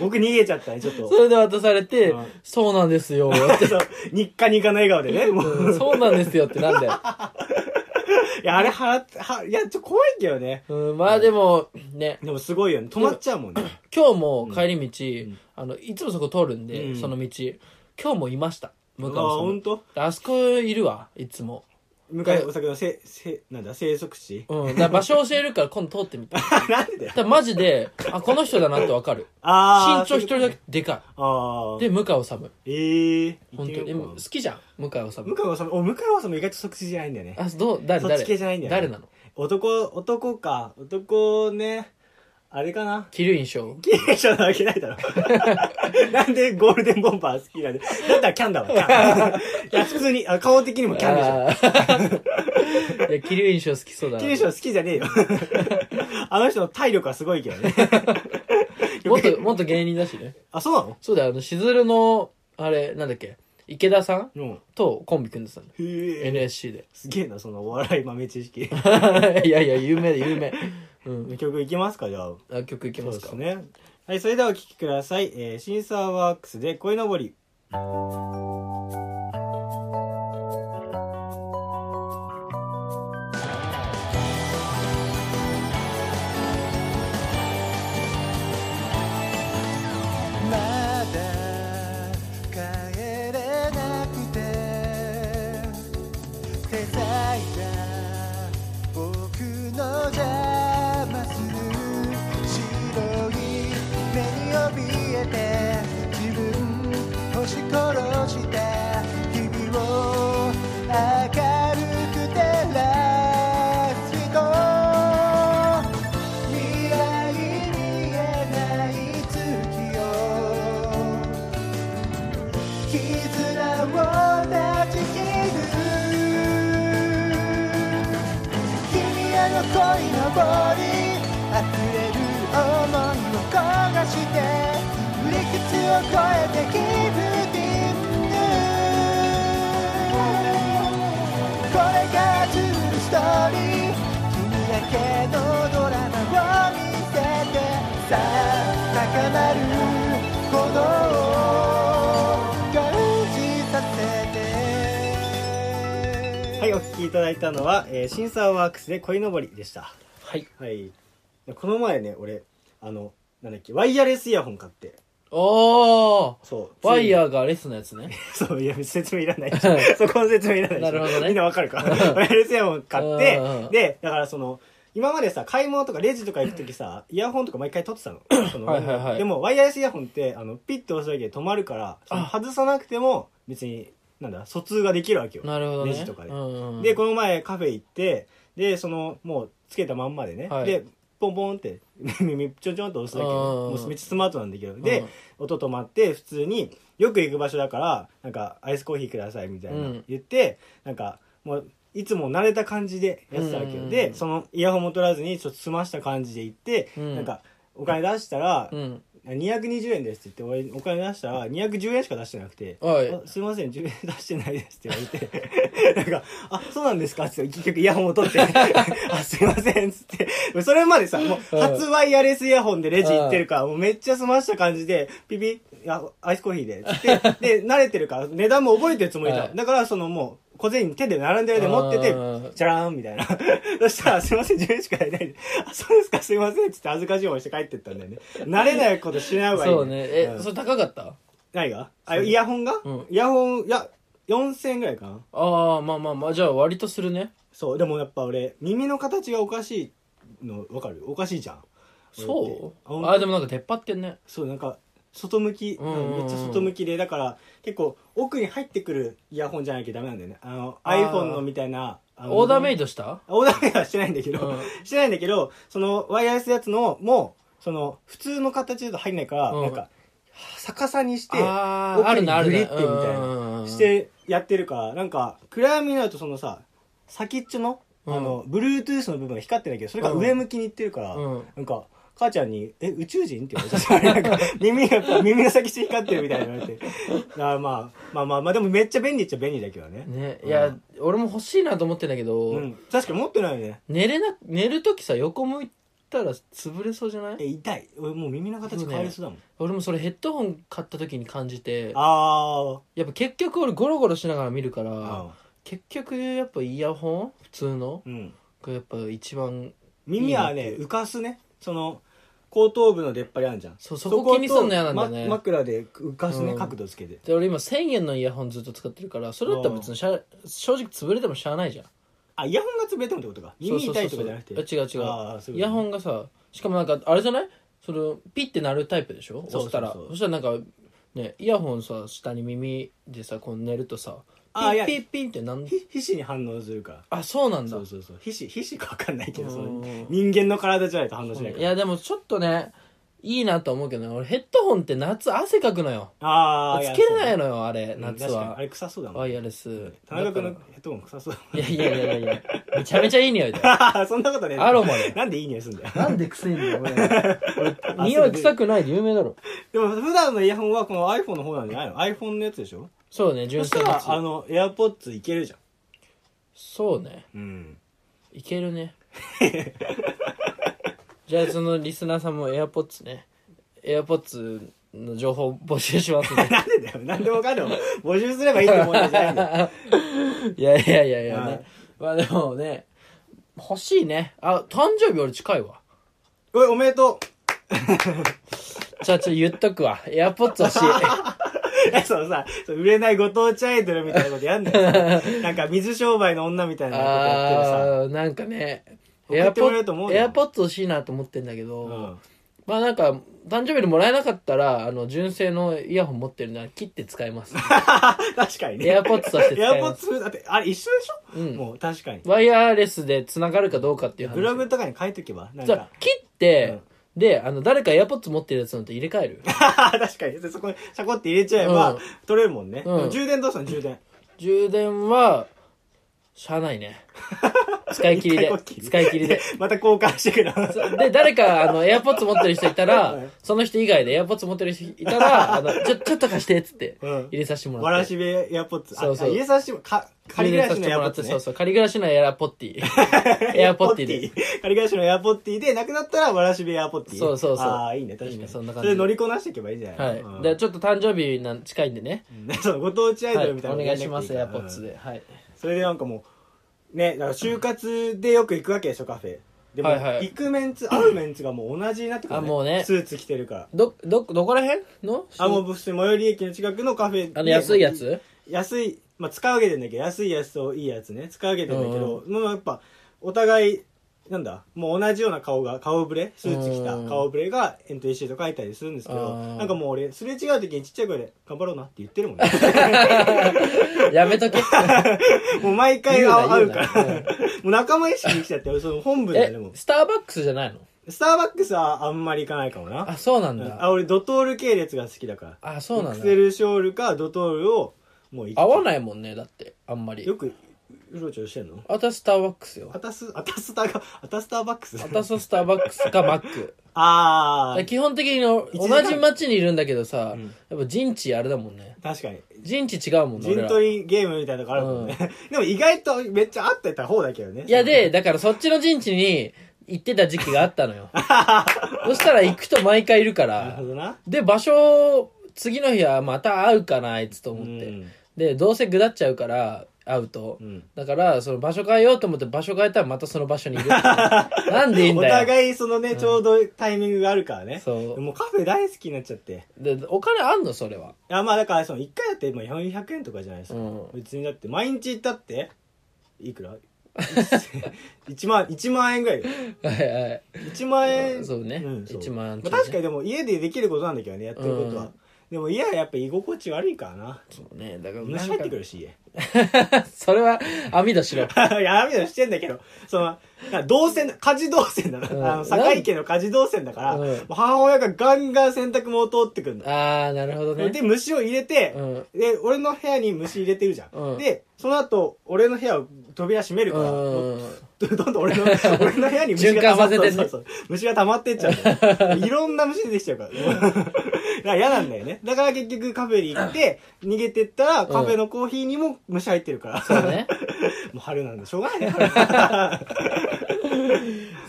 Speaker 1: 僕逃げちゃったね、ちょっと
Speaker 2: そ。れで渡されて、
Speaker 1: うん
Speaker 2: そうなんですよ
Speaker 1: *laughs* そう日課に行かない笑顔でね、もう。
Speaker 2: うんそうなんですよってなんだよ、
Speaker 1: いや、あれ払って、は、いや、ちょ、怖いけどね。
Speaker 2: うん、まあでもね
Speaker 1: でもすごいよね。止まっちゃうもんね。
Speaker 2: 今日も帰り道、
Speaker 1: うん
Speaker 2: あのいつもそこ通るんで、
Speaker 1: うん
Speaker 2: その道今日もいました向
Speaker 1: あ、
Speaker 2: 川さ
Speaker 1: ほ
Speaker 2: ん
Speaker 1: んと
Speaker 2: あそこいるわいつも、
Speaker 1: 向かいお酒のせ、せ、なんだ、生息地
Speaker 2: うん、だから場所教えるから今度通ってみてだ
Speaker 1: *laughs*
Speaker 2: か
Speaker 1: なんでだよ。
Speaker 2: らマジであこの人だなってわかる身
Speaker 1: あー。
Speaker 2: 長一人だ
Speaker 1: け。
Speaker 2: けでか
Speaker 1: あ
Speaker 2: い
Speaker 1: ー。
Speaker 2: で向井治
Speaker 1: えー。
Speaker 2: 本当にでも
Speaker 1: 行
Speaker 2: 好
Speaker 1: って
Speaker 2: きじゃん向井治
Speaker 1: みようかな向井さん、お、向井さんも意外と即死じゃないんだよね。
Speaker 2: あどう誰
Speaker 1: そっ
Speaker 2: 誰
Speaker 1: ち系じゃないんだよね
Speaker 2: 誰なの
Speaker 1: 男、男か。男ね、あれかな。
Speaker 2: キルインショー
Speaker 1: キーショなわけない
Speaker 2: *laughs*
Speaker 1: だろ。なんでゴールデンボンバー好きなんで。だったらキャンだわ、キ
Speaker 2: *laughs*
Speaker 1: ャン。いや、普通に、あ顔的にもキャンでしょ。
Speaker 2: あー *laughs* いやキルインショー好きそ
Speaker 1: *laughs*
Speaker 2: うだな
Speaker 1: キーショ好きじゃね
Speaker 2: *laughs*
Speaker 1: えよ。あの人の体力はすごいけどね。
Speaker 2: もっともっと芸人だしね
Speaker 1: あ、そうなの
Speaker 2: そうだよあのしずるのあれなんだっけ池田さん
Speaker 1: うん。
Speaker 2: とコンビ組んでたの
Speaker 1: へえ。*laughs*
Speaker 2: NSC です
Speaker 1: げえな、そのお笑い豆知
Speaker 2: *laughs*
Speaker 1: 識。
Speaker 2: いやいや有名で有名、うん、
Speaker 1: 曲いきますか、じゃあ。
Speaker 2: あ曲いきますか
Speaker 1: そうですね。はい、それではお聴きください。えー、シンサーワークスで恋のぼり。
Speaker 3: まだ帰れなくて手伝いだ僕の邪魔する白い目に怯えて自分押し殺した日々を明るく照らしていこう未来見えない月よ絆を断ち切る君への恋のぼり溢れる想いを焦がして売り口を越えてギブディンこれがジュールストーリー君だけのドラマを見せてさあ高まる鼓動を感じさせて
Speaker 1: はい、お聴きいただいたのは、えー、シンサーワークスで恋のぼりでした。
Speaker 2: はい
Speaker 1: はい。この前ね、俺、あの、なんだっけ、ワイヤレスイヤホン買って。
Speaker 2: あ
Speaker 1: そう。
Speaker 2: あワイ
Speaker 1: ー。
Speaker 2: ヤーがレスのやつね。。
Speaker 1: そう、いや、説明いらないそこの説明いらない。
Speaker 2: なるほどね
Speaker 1: みんなわかるか。ワイヤレスイヤホン買っ
Speaker 2: うんう
Speaker 1: て、
Speaker 2: ん
Speaker 1: で、だからその、今までさ、買い物とかレジとか行くときさ、イヤホンとか毎回取ってたの。その
Speaker 2: はいはいはい
Speaker 1: でも、ワイヤレスイヤホンって、あの、ピッと押すだけで止まるから、その外さなくても、別に、なんだ、疎通ができるわけよ。
Speaker 2: *laughs* なるほどね。
Speaker 1: レジとかで
Speaker 2: うんうん
Speaker 1: で、この前カフェ行って、で、その、もう、つけたまんまでね。
Speaker 2: はい
Speaker 1: で、ポンポンって、 *laughs* 耳、ちょんちょんと押すだけで、
Speaker 2: うん
Speaker 1: もうめっちゃスマートなんだけど。
Speaker 2: ん
Speaker 1: で、音止まって、普通に、よく行く場所だから、なんか、アイスコーヒーください、みたいな、
Speaker 2: うん
Speaker 1: 言って、なんか、もう、いつも慣れた感じでやってたわけ
Speaker 2: うん
Speaker 1: よ。で、その、イヤホンも取らずに、ちょっと済ました感じで行って、
Speaker 2: うん
Speaker 1: なんか、お金出したら
Speaker 2: う、ん。
Speaker 1: 220円ですって言って、俺、お金出したら、210円しか出してなくて、
Speaker 2: はい。
Speaker 1: あすいません、10円出してないですって言われて、 *laughs* なんか、あ、そうなんですかって言って結局イヤホンを取って、 *laughs* あ、すいませんっつって、それまでさ、もう、
Speaker 2: うん
Speaker 1: 初ワイヤレスイヤホンでレジ行ってるから、もうめっちゃ済ました感じで、ピピ、あアイスコーヒーで、つ
Speaker 2: *laughs*
Speaker 1: って、で、慣れてるから、値段も覚えてるつもりだ。
Speaker 2: はい
Speaker 1: だから、そのもう、小銭手で並んでるで持ってて
Speaker 2: あー、
Speaker 1: じゃらーんみたいな。 *laughs* そしたら、すいません、10円しかいない。あ、そうですか、すいませんっつって恥ずかしい思いして帰ってったんだよね。慣れないことしない方がいい。
Speaker 2: そうね。え
Speaker 1: う、ん
Speaker 2: それ高かった
Speaker 1: 何があイヤホンが、
Speaker 2: うん
Speaker 1: イヤホンいや4000円ぐらいかな
Speaker 2: ああ、まあまあまあ、じゃあ割とするね。
Speaker 1: そうでもやっぱ俺耳の形がおかしいの分かるおかしいじゃん
Speaker 2: そ
Speaker 1: 俺って
Speaker 2: うあ、でもなんか出っ張ってんね。
Speaker 1: そうなんか外向き、
Speaker 2: うんうんうん
Speaker 1: めっちゃ外向きでだから結構奥に入ってくるイヤホンじゃなきゃダメなんだよねあの
Speaker 2: あー
Speaker 1: iPhone のみたいなあの
Speaker 2: オーダーメイドした
Speaker 1: オーダーメイドはしてないんだけど、
Speaker 2: うん
Speaker 1: してないんだけどそのワイヤレスやつのもその普通の形だと入んないから、
Speaker 2: うん
Speaker 1: なんか逆さにして
Speaker 2: あ
Speaker 1: 奥
Speaker 2: あ、ある
Speaker 1: に
Speaker 2: な、ある
Speaker 1: グ
Speaker 2: な。
Speaker 1: リってみたいな
Speaker 2: な
Speaker 1: してやってるから、なんか、暗闇になるとそのさ、先っちょの、
Speaker 2: うん
Speaker 1: あの、Bluetooth の部分が光ってないけど、それが上向きにいってるから、
Speaker 2: うん
Speaker 1: なんか、母ちゃんに、え、宇宙人って言われてた、なんか耳がやっぱ、耳の先っちょ光ってるみたいに言われて。だからまあ、まあまあまあ、でもめっちゃ便利っちゃ便利だけどね。
Speaker 2: ね、
Speaker 1: うん
Speaker 2: いや、俺も欲しいなと思ってんだけど、
Speaker 1: うん。確かに持ってないよね。
Speaker 2: 寝れな、寝るときさ、横向いたら潰れそうじゃな
Speaker 1: え、
Speaker 2: い
Speaker 1: 痛い。俺もう耳の形変わりそうだもん。
Speaker 2: 俺もそれヘッドホン買ったときに感じて、
Speaker 1: あ
Speaker 2: やっぱ結局俺ゴロゴロしながら見るから、
Speaker 1: あ。
Speaker 2: 結局やっぱイヤホン普通の
Speaker 1: うん。
Speaker 2: がやっぱ一番、
Speaker 1: 耳はね浮かすねその後頭部の出っ張りあるじゃん
Speaker 2: そうそこ気にすんの嫌なんだよ
Speaker 1: そこ
Speaker 2: ね
Speaker 1: とま枕で浮かすね、
Speaker 2: うん
Speaker 1: 角度つけて
Speaker 2: で俺今1000円のイヤホンずっと使ってるから、それだったら別にしゃ、正直潰れてもしゃあないじゃん。
Speaker 1: あイヤホンが潰れてもってことか耳痛いとかじゃなくて
Speaker 2: そうそうそうあ
Speaker 1: あー
Speaker 2: 違う
Speaker 1: そういうことね
Speaker 2: 違うイヤホンがさしかもなんかあれじゃないそのピッて鳴るタイプでしょ
Speaker 1: そう
Speaker 2: 押したら
Speaker 1: そうそう
Speaker 2: そしたらなんかねイヤホンさ下に耳でさこう寝るとさピ
Speaker 1: あい
Speaker 2: ッ
Speaker 1: や
Speaker 2: ピッピンってなん
Speaker 1: ひ皮脂に反応するから
Speaker 2: あそうなんだ
Speaker 1: そうそうそう皮脂皮脂か分かんないけどその
Speaker 2: うん
Speaker 1: 人間の体じゃないと反応しないか
Speaker 2: い
Speaker 1: ら
Speaker 2: やでもちょっとねいいなとは思うけどね俺ヘッドホンって夏汗かくのよ
Speaker 1: ああ
Speaker 2: つけれない
Speaker 1: の
Speaker 2: のよあれ夏
Speaker 1: 夏はあ
Speaker 2: は
Speaker 1: れ臭そうだも
Speaker 2: ワ
Speaker 1: ん
Speaker 2: イヤレス
Speaker 1: 田中君の
Speaker 2: だか
Speaker 1: ヘッドホン臭そうだ *laughs* もん
Speaker 2: らいやいやいやいやめちゃめちゃいい匂いだよ
Speaker 1: そんなことねえ
Speaker 2: アロマで
Speaker 1: *laughs* なんでいい匂いすんだよ
Speaker 2: なんで臭いんだよ俺 *laughs* 俺匂い臭くないで有名だろ
Speaker 1: でも普段のイヤホンはこの iPhone の方なんじゃないの iPhone のやつでしょ
Speaker 2: そうね
Speaker 1: そ
Speaker 2: 純
Speaker 1: した
Speaker 2: 正
Speaker 1: ら
Speaker 2: 夏
Speaker 1: あの AirPods いけるじゃん
Speaker 2: そうね
Speaker 1: うん
Speaker 2: いけるね *laughs* じゃあそのリスナーさんも AirPods ね AirPods の情報募集しますね
Speaker 1: なんでだよ。なんでもかんでも募集すればいいって思うんじゃないん
Speaker 2: *laughs*
Speaker 1: だよ。
Speaker 2: いやいやいやいや
Speaker 1: は
Speaker 2: ね
Speaker 1: い
Speaker 2: まあでもね欲しいねあ誕生日俺近いわ
Speaker 1: おい、おめでとう。
Speaker 2: ちゃちゃ言っとくわ AirPods
Speaker 1: *laughs*
Speaker 2: 欲しい
Speaker 1: え、そのさ、その売れないご当地アイドルみたいなことやんなよ。
Speaker 2: *laughs*
Speaker 1: なんか水商売の女みたいなことやってるさ。
Speaker 2: あーなんかね
Speaker 1: 送ってもらえると思う
Speaker 2: AirPods
Speaker 1: よ
Speaker 2: AirPods 欲しいなと思ってんだけど、
Speaker 1: うん
Speaker 2: まあなんか誕生日にもらえなかったらあの純正のイヤホン持ってるなら切って使
Speaker 1: *laughs*
Speaker 2: います
Speaker 1: 確かにね。
Speaker 2: AirPods として
Speaker 1: エア
Speaker 2: 使い
Speaker 1: ポッ
Speaker 2: ます
Speaker 1: ツだって、あれ一緒でしょ、
Speaker 2: うん
Speaker 1: もう確かに。
Speaker 2: ワイヤレスで繋がるかどうかっていう話。
Speaker 1: ブログとかに書いとけば、なん
Speaker 2: じゃ
Speaker 1: か
Speaker 2: あ。切って、で、あの、誰か AirPods 持ってるやつのと入れ替える
Speaker 1: 確かに。でそこに、シャコって入れちゃえば、
Speaker 2: うん
Speaker 1: 取れるもんね。
Speaker 2: うん
Speaker 1: でも充電どうしたの充電。
Speaker 2: 充電は、しゃあな
Speaker 1: *laughs*
Speaker 2: いね。使い切り
Speaker 1: 一回
Speaker 2: で
Speaker 1: こっき。り
Speaker 2: 使い切りで。。
Speaker 1: また交換してくな。
Speaker 2: で、誰か、あの、AirPods 持ってる人い
Speaker 1: *laughs*
Speaker 2: たら
Speaker 1: はい、
Speaker 2: その人以外で AirPods 持ってる人いた
Speaker 1: *laughs*
Speaker 2: ら、あの、ちょ、ちょっと貸して、つって、
Speaker 1: うん
Speaker 2: 入れさせても
Speaker 1: わ
Speaker 2: ら
Speaker 1: ら
Speaker 2: って。
Speaker 1: しべエアポッツ。
Speaker 2: そうそう
Speaker 1: あ、入れさせても、か、仮暮らしのエアポッツ、ね。
Speaker 2: そうそう、仮暮らしのエアポッ
Speaker 1: *laughs*
Speaker 2: ティ。エアポッティで。
Speaker 1: で。仮返しのエアポッティで、なくなったらわらしべエアポッティ。
Speaker 2: そうそうそう
Speaker 1: ああ、いいね、確
Speaker 2: いい
Speaker 1: か
Speaker 2: ね
Speaker 1: に。
Speaker 2: そんな感じ
Speaker 1: れ乗りこなしていけばいいじゃない
Speaker 2: はい。で、
Speaker 1: ち
Speaker 2: ちょっと誕生日なん近いんでね。
Speaker 1: ょそのご当地アイ
Speaker 2: は
Speaker 1: ドル
Speaker 2: い。お
Speaker 1: みたいなの
Speaker 2: 願いします、エ
Speaker 1: や
Speaker 2: ア
Speaker 1: んな
Speaker 2: ポ
Speaker 1: きゃ
Speaker 2: ッ
Speaker 1: いいから
Speaker 2: ツ。で。はい。
Speaker 1: うんそれでなんかもう、ね、だから就活でよく行くわけでしょ、カフェ。でも、
Speaker 2: はいはい
Speaker 1: 行くメンツ会うメンツがもう同じになってくる、ね、
Speaker 2: あもうね
Speaker 1: スーツ着てるから
Speaker 2: ど、ど、どこら辺の
Speaker 1: あもう普通に最寄り駅の近くのカフェで
Speaker 2: あの、安いやつ
Speaker 1: 安い、まあ、使い分けてんだけど安いやつといいやつね使い分けてんだけど、もうやっぱお互いなんだもう同じような顔が顔ぶれスーツ着た
Speaker 2: うん
Speaker 1: 顔ぶれがエントリーシート書いたりするんですけど
Speaker 2: あー
Speaker 1: なんかもう俺すれ違う時にちっちゃい声で「頑張ろうな」って言ってるもん
Speaker 2: *laughs*
Speaker 1: ね
Speaker 2: やめ
Speaker 1: *laughs*
Speaker 2: とけ。
Speaker 1: もう毎回
Speaker 2: 言うな
Speaker 1: 会う会うから
Speaker 2: 言うな
Speaker 1: もう仲間意識できちゃってその本部だよ
Speaker 2: え
Speaker 1: ねもう、
Speaker 2: スターバックスじゃないの
Speaker 1: スターバックスはあんまり行かないかもな
Speaker 2: あ、そうなん
Speaker 1: うん
Speaker 2: だ。
Speaker 1: あ俺ドトール系列が好きだから
Speaker 2: あ、そうな
Speaker 1: エ
Speaker 2: ん
Speaker 1: クセ
Speaker 2: だ。
Speaker 1: ルショールかドトールをもう
Speaker 2: 合わ
Speaker 1: い
Speaker 2: ないもんね、だって、あんまり
Speaker 1: よ。くうろちょろしてんの
Speaker 2: 私スターバックスよ
Speaker 1: ア。タス、アタスターが、アタスターバックス
Speaker 2: 私はスターバックス
Speaker 1: *laughs*
Speaker 2: かマック。
Speaker 1: あー、
Speaker 2: 基本的に同
Speaker 1: 一時間
Speaker 2: じ町にいるんだけどさ
Speaker 1: うん、
Speaker 2: やっぱ陣地あれだもんね。
Speaker 1: 確かに。
Speaker 2: 陣地違うもんね。俺
Speaker 1: 陣
Speaker 2: ら
Speaker 1: 取りゲームみたいなのがあるもんね。 *laughs* でも意外とめっちゃ合ってた方だけどね。
Speaker 2: いや、で、だからそっちの陣地に行ってた時期があった
Speaker 1: *laughs*
Speaker 2: のよ。そしたら行くと毎回いるか
Speaker 1: なる
Speaker 2: ら
Speaker 1: ほ。どな。
Speaker 2: で、場所、次の日はまた会うかな、あいつと思って。
Speaker 1: うん
Speaker 2: で、どうせ下っちゃうから、会うと。
Speaker 1: うん
Speaker 2: だから、その場所変えようと思って場所変えたらまたその場所に
Speaker 1: *laughs*
Speaker 2: いる。なんでいいん
Speaker 1: お
Speaker 2: だよ。
Speaker 1: 互いそのね、ちょうどタイミングがあるからね。
Speaker 2: そう
Speaker 1: もうカフェ大好きになっちゃって。
Speaker 2: で、お金あんのそれは。
Speaker 1: あ、まあだからその、一回だって今400円とかじゃないです
Speaker 2: う
Speaker 1: か。
Speaker 2: ん。
Speaker 1: 別にだって、毎日行ったって、いくら *laughs* ?1 万、1万円ぐらい。
Speaker 2: はいはい。
Speaker 1: 1万円。
Speaker 2: そうね。
Speaker 1: ん
Speaker 2: 1万
Speaker 1: ま
Speaker 2: 円、
Speaker 1: あ、確かにでも家でできることなんだけどねやってることは、
Speaker 2: うん
Speaker 1: でも家はやっぱ居心地悪いからな
Speaker 2: そうね。だから、
Speaker 1: 虫入ってくるし
Speaker 2: なんか *laughs* それは、網戸 *laughs* しろ。
Speaker 1: 家 *laughs* いややめろしてんだけどそのなんか同線家事同線だな、
Speaker 2: うん
Speaker 1: あの堺家の家事同線だから、
Speaker 2: うん
Speaker 1: もう母親がガンガン洗濯物を通ってくるの、
Speaker 2: あー、なるほどね。
Speaker 1: で虫を入れて、
Speaker 2: うん。
Speaker 1: で俺の部屋に虫入れてるじゃん、
Speaker 2: うん
Speaker 1: でその後俺の部屋を扉閉めるから、
Speaker 2: うん。
Speaker 1: ど *laughs* んどん俺の、俺の部屋に
Speaker 2: *laughs*
Speaker 1: 虫が溜まって
Speaker 2: 循環させてね
Speaker 1: そうそうそう虫が溜まってっちゃうの。いろんな虫出てきちゃう *laughs* から。だから嫌なんだよね。だから結局カフェに行って、逃げてったら、カフェのコーヒーにも虫入ってるから。
Speaker 2: そうね。
Speaker 1: *laughs* もう春なんで、しょうがないね、春。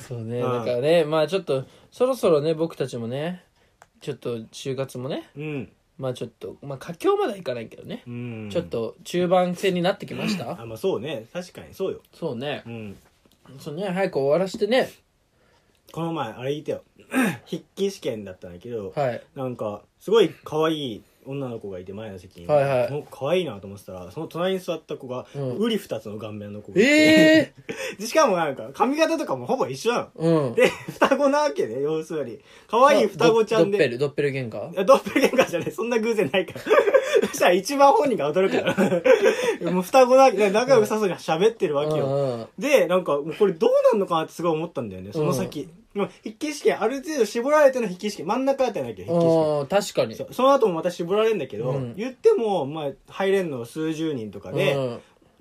Speaker 2: そうね、
Speaker 1: うん
Speaker 2: だからねまあちょっとそろそろね僕たちもねちょっと就活もね
Speaker 1: うん。
Speaker 2: まあちょっとまあ佳境まではいかないけどね、
Speaker 1: うん。
Speaker 2: ちょっ。と中盤戦になってきました、
Speaker 1: あ、まあそうね。確かに、そうよ。
Speaker 2: そうね
Speaker 1: うん。
Speaker 2: そうね早く終わらしてね
Speaker 1: この前、あれ言ってよ。 *clears throat* 筆記試験だったんだけど、
Speaker 2: はい
Speaker 1: なんか、すごい可愛い女の子がいて、前の席に。
Speaker 2: はいはい
Speaker 1: もう可愛いなと思ってたら、その隣に座った子が、
Speaker 2: うん
Speaker 1: うり二つの顔面の子がいて。
Speaker 2: ええ
Speaker 1: でしかもなんか、髪型とかもほぼ一緒なの。
Speaker 2: うん
Speaker 1: で、双子なわけね、要するに。可愛い双子ちゃん
Speaker 2: ドッペ
Speaker 1: で。
Speaker 2: ルドッペルゲンガー
Speaker 1: いやドッペルゲンガーじゃない、そんな偶然ないから。 *laughs* そしたら一番本人が驚くの *laughs* もう双子なわけで、仲良さそうに喋ってるわけよ。
Speaker 2: うんうん
Speaker 1: で、なんか、もうこれどうなんのかなってすごい思ったんだよね、その先。でも筆記試験、ある程度絞られての筆記試験、真ん中あたりだっけ、筆記試験。
Speaker 2: うん確かに
Speaker 1: そうその後もまた絞られるんだけど、
Speaker 2: うん
Speaker 1: 言っても、まあ、入れんの数十人とかで、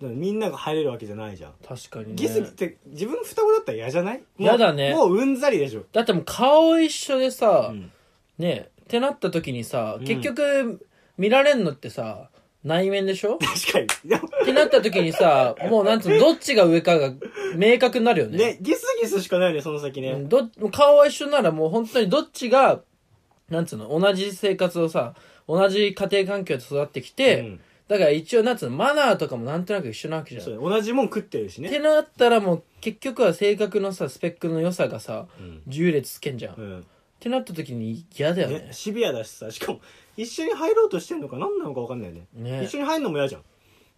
Speaker 2: うん、
Speaker 1: みんなが入れるわけじゃないじゃん。
Speaker 2: 確かに
Speaker 1: ギスギ
Speaker 2: ね
Speaker 1: スって自分双子だったら嫌じゃないもう
Speaker 2: 嫌だね
Speaker 1: もううんざりでしょ。
Speaker 2: だってもう顔一緒でさ、
Speaker 1: うん
Speaker 2: ねってなった時にさ
Speaker 1: うん
Speaker 2: 結局見られんのってさ内面でしょ
Speaker 1: 確かに。でも
Speaker 2: ってなった時
Speaker 1: *laughs*
Speaker 2: にさ、もうなんつうの、どっちが上かが明確になるよね。
Speaker 1: ね、ギスギスしかないね、その先
Speaker 2: うん
Speaker 1: ね。
Speaker 2: ど顔は一緒ならもう本当にどっちが、なんつうの、同じ生活をさ、同じ家庭環境で育ってきて、
Speaker 1: うん
Speaker 2: だから一応なんつうの、マナーとかもなんとなく一緒なわけじゃん。
Speaker 1: そう
Speaker 2: っ
Speaker 1: ね同じもん食ってるしね。
Speaker 2: てなったらもう結局は性格のさ、スペックの良さがさ、
Speaker 1: うん
Speaker 2: 重列つけんじゃん。
Speaker 1: う
Speaker 2: っ
Speaker 1: ん。
Speaker 2: てなった時に嫌だよ
Speaker 1: ね
Speaker 2: ね。
Speaker 1: シビアだしさ、しかも、一緒に入ろうとしてんのか何なのか分かんないよね。
Speaker 2: ね
Speaker 1: 一緒に入るのも嫌じゃん。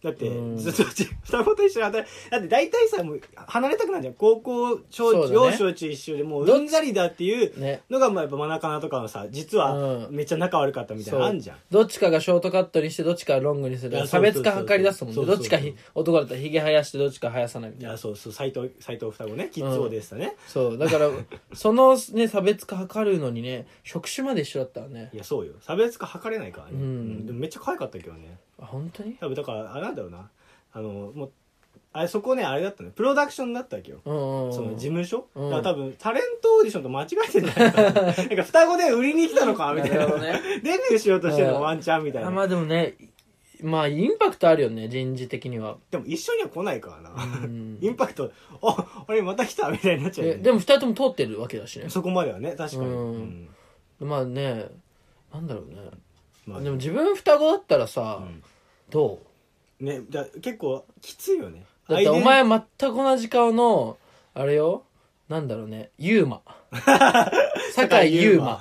Speaker 1: だって
Speaker 2: うん、
Speaker 1: ずっとうち双子と一緒に働いだって大体さ、もう離れたくなるじゃん。高校、
Speaker 2: そう
Speaker 1: 小
Speaker 2: だね
Speaker 1: 幼少中一緒で、もう
Speaker 2: どっ
Speaker 1: う
Speaker 2: ち
Speaker 1: んざりだっていう
Speaker 2: ね。
Speaker 1: のが、まあやっぱマナカナとかのさ、実は
Speaker 2: うん
Speaker 1: めっちゃ仲悪かったみたいなのあんじゃん。
Speaker 2: どっちかがショートカットにして、どっちかがロングにす
Speaker 1: い
Speaker 2: る。
Speaker 1: や
Speaker 2: 差
Speaker 1: そうそうそ
Speaker 2: 別
Speaker 1: う
Speaker 2: 化測り出すもん
Speaker 1: そ
Speaker 2: ね。
Speaker 1: うそう
Speaker 2: ど
Speaker 1: そ
Speaker 2: っ
Speaker 1: う
Speaker 2: ちかひ男だったらヒゲ生やして、どっちか生やさないみ
Speaker 1: い
Speaker 2: たいな
Speaker 1: や、。そうそう、斎藤、斎藤双子ね、キッズ王でしたね。
Speaker 2: そう、だから、 *laughs* そのね、差別化図るのにね、職種まで一緒だったらね
Speaker 1: い、や、そうよ。差別化測れないからね。
Speaker 2: うん
Speaker 1: でもめっちゃ可愛かったけどね。
Speaker 2: あ本当に
Speaker 1: 多分だからあれなんだろうなあのもうあれそこねあれだったのプロダクションだったわけよ
Speaker 2: うんうん。
Speaker 1: その事務所、
Speaker 2: うん
Speaker 1: だから多分タレントオーディションと間違えてんじゃないか
Speaker 2: *laughs*
Speaker 1: ななんか双子で売りに来たのかみ
Speaker 2: な
Speaker 1: たいな
Speaker 2: るほどね。
Speaker 1: *laughs* デビューしようとしてる
Speaker 2: う
Speaker 1: の
Speaker 2: ん
Speaker 1: ワンチャンみたいな、
Speaker 2: あまあでもね、まあインパクトあるよね、人事的には。
Speaker 1: でも一緒には来 *laughs* ないからな、
Speaker 2: うん
Speaker 1: インパクトああれまた来たみたいになっちゃうよ
Speaker 2: で
Speaker 1: ね
Speaker 2: でも二人とも通ってるわけだしね。
Speaker 1: そこまではね確かに、
Speaker 2: うん
Speaker 1: うん
Speaker 2: まあね、なんだろうね。
Speaker 1: まあ
Speaker 2: でも自分双子だったら
Speaker 1: う
Speaker 2: さ、
Speaker 1: ん
Speaker 2: ど
Speaker 1: ねだ結構きついよね
Speaker 2: うだって
Speaker 1: アイデン
Speaker 2: お前全く同じ顔の、あれよ、なんだろうね、
Speaker 1: *laughs*
Speaker 2: ユーマ。酒井ユーマ。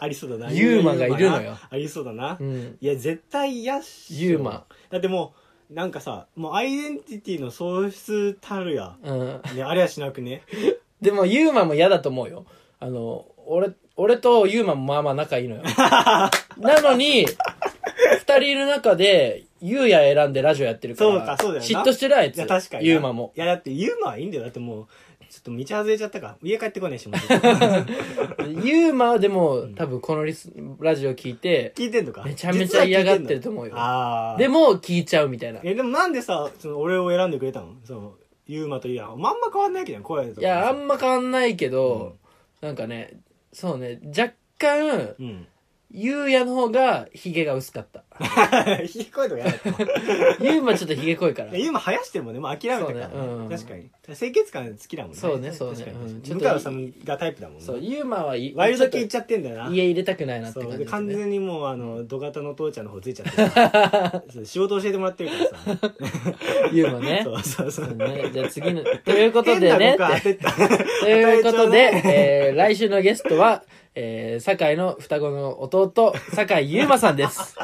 Speaker 1: ありそうだな。
Speaker 2: ユーマがいるのよ
Speaker 1: ありそうだな。
Speaker 2: うん。
Speaker 1: いや、絶対嫌っしょ。
Speaker 2: ユーマ。
Speaker 1: だってもう、なんかさ、もうアイデンティティの喪失たるや。
Speaker 2: うん。
Speaker 1: ね、あれはしなく
Speaker 2: *laughs*
Speaker 1: ね。
Speaker 2: でも、ユーマも嫌だと思うよ。あの、俺、俺とユーマもまあまあ
Speaker 1: *laughs*
Speaker 2: 仲いいのよ。なのに、二人いる中で、ユーヤ選んでラジオやってるから。
Speaker 1: そうかそうだよな
Speaker 2: 嫉妬してるあいつ。
Speaker 1: いや、確かに。
Speaker 2: ユーマも。
Speaker 1: いや、だってユーマはいいんだよ。だってもう、ちょっと道外れちゃったから。家帰ってこないし、もう聞
Speaker 2: ユーマはでも、多分このリス、ラジオ聞いて、
Speaker 1: いてんのか。
Speaker 2: めちゃめちゃ嫌がってると思うよ
Speaker 1: 実は聞いて
Speaker 2: で
Speaker 1: んのあ
Speaker 2: も聞いちゃうみたいな。
Speaker 1: ー。え、でもなんでさ、その俺を選んでくれたのその、ユーマとユーヤ。まんま変わんないわけじゃん、声とか。
Speaker 2: いや、あんま変わんないけど、なんかね、そうね、若干、
Speaker 1: うん。 *laughs*
Speaker 2: ゆうやの方がヒゲが薄かった。
Speaker 1: 低い声とか嫌だった。
Speaker 2: ゆうまちょっとヒゲ濃いから。
Speaker 1: 今生やしてもね、もう諦めたから、ね
Speaker 2: そうねうん
Speaker 1: 確かに。清潔感好きだもんね。
Speaker 2: そうねそうね
Speaker 1: 確か
Speaker 2: うん
Speaker 1: に。
Speaker 2: ちょ
Speaker 1: 向
Speaker 2: っと
Speaker 1: 川さんがタイプだもん
Speaker 2: そう、
Speaker 1: ね。
Speaker 2: ゆうまはい、
Speaker 1: ワイルド系い
Speaker 2: ち
Speaker 1: っ
Speaker 2: ょっ
Speaker 1: ちゃってんだよな
Speaker 2: と。家入れたくないなって
Speaker 1: そう
Speaker 2: 感じ
Speaker 1: で
Speaker 2: です
Speaker 1: 完
Speaker 2: ね。
Speaker 1: 全にもうあの土方の父ちゃんの方ついちゃってる
Speaker 2: *laughs*
Speaker 1: そう仕事教えてもらってるからさ
Speaker 2: ゆうまね。
Speaker 1: そうそうそ
Speaker 2: そう
Speaker 1: う
Speaker 2: ねじゃあ次の、ということでね
Speaker 1: 変、な
Speaker 2: っ
Speaker 1: 僕
Speaker 2: て
Speaker 1: 当てた
Speaker 2: *laughs* ということで、
Speaker 1: *laughs* 与えちゃうね
Speaker 2: えー、来週のゲストは、えー、酒井の双子の弟、酒井ゆうまさ
Speaker 1: *laughs*
Speaker 2: んです。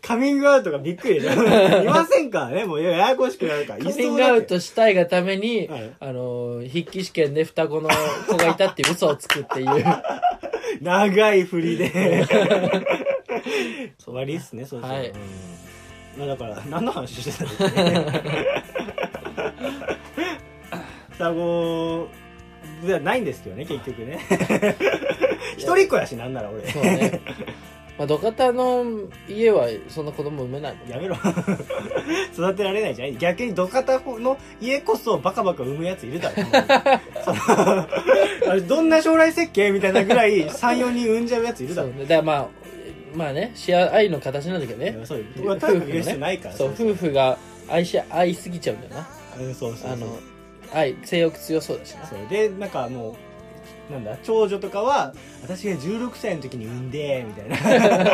Speaker 1: カミングアウトがびっくりでし
Speaker 2: *laughs*
Speaker 1: ょいませんからねもうややこしくなるから
Speaker 2: カミングアウトしたいがために、
Speaker 1: はい
Speaker 2: あのー、筆記試験で双子の子がいたっていう嘘をつくっていう。
Speaker 1: 長い振りで *laughs* 終わりっすねそうそう、
Speaker 2: はい
Speaker 1: うんまあだから何の話してたんですかね双子ではないんですけどね結
Speaker 2: *laughs*
Speaker 1: 局ね一人っ子やしなんなら俺
Speaker 2: そうね。まあ、土方の家はそんな子供産めないもんね。
Speaker 1: やめろ育てられないじゃん逆に土方の家こそバカバカ産むやついるだ
Speaker 2: *laughs*
Speaker 1: ろそのあれどんな将来設計みたいなぐらい34人産んじゃうやついるだ
Speaker 2: そう
Speaker 1: ろ
Speaker 2: ね。だからまあ、まあね、しあ愛の形なんだけどね。
Speaker 1: そういう
Speaker 2: 夫婦
Speaker 1: 俺
Speaker 2: の
Speaker 1: 高く言う必要ないか
Speaker 2: ね
Speaker 1: ら。
Speaker 2: そう、夫婦が愛し、愛すぎちゃうんだよな。
Speaker 1: うんそうそうそ
Speaker 2: あ
Speaker 1: う
Speaker 2: の、愛、性欲強そうだしな。
Speaker 1: そうでなんかもうなんだ長女とかは私が16歳の時に産んでみたい
Speaker 2: *laughs*
Speaker 1: な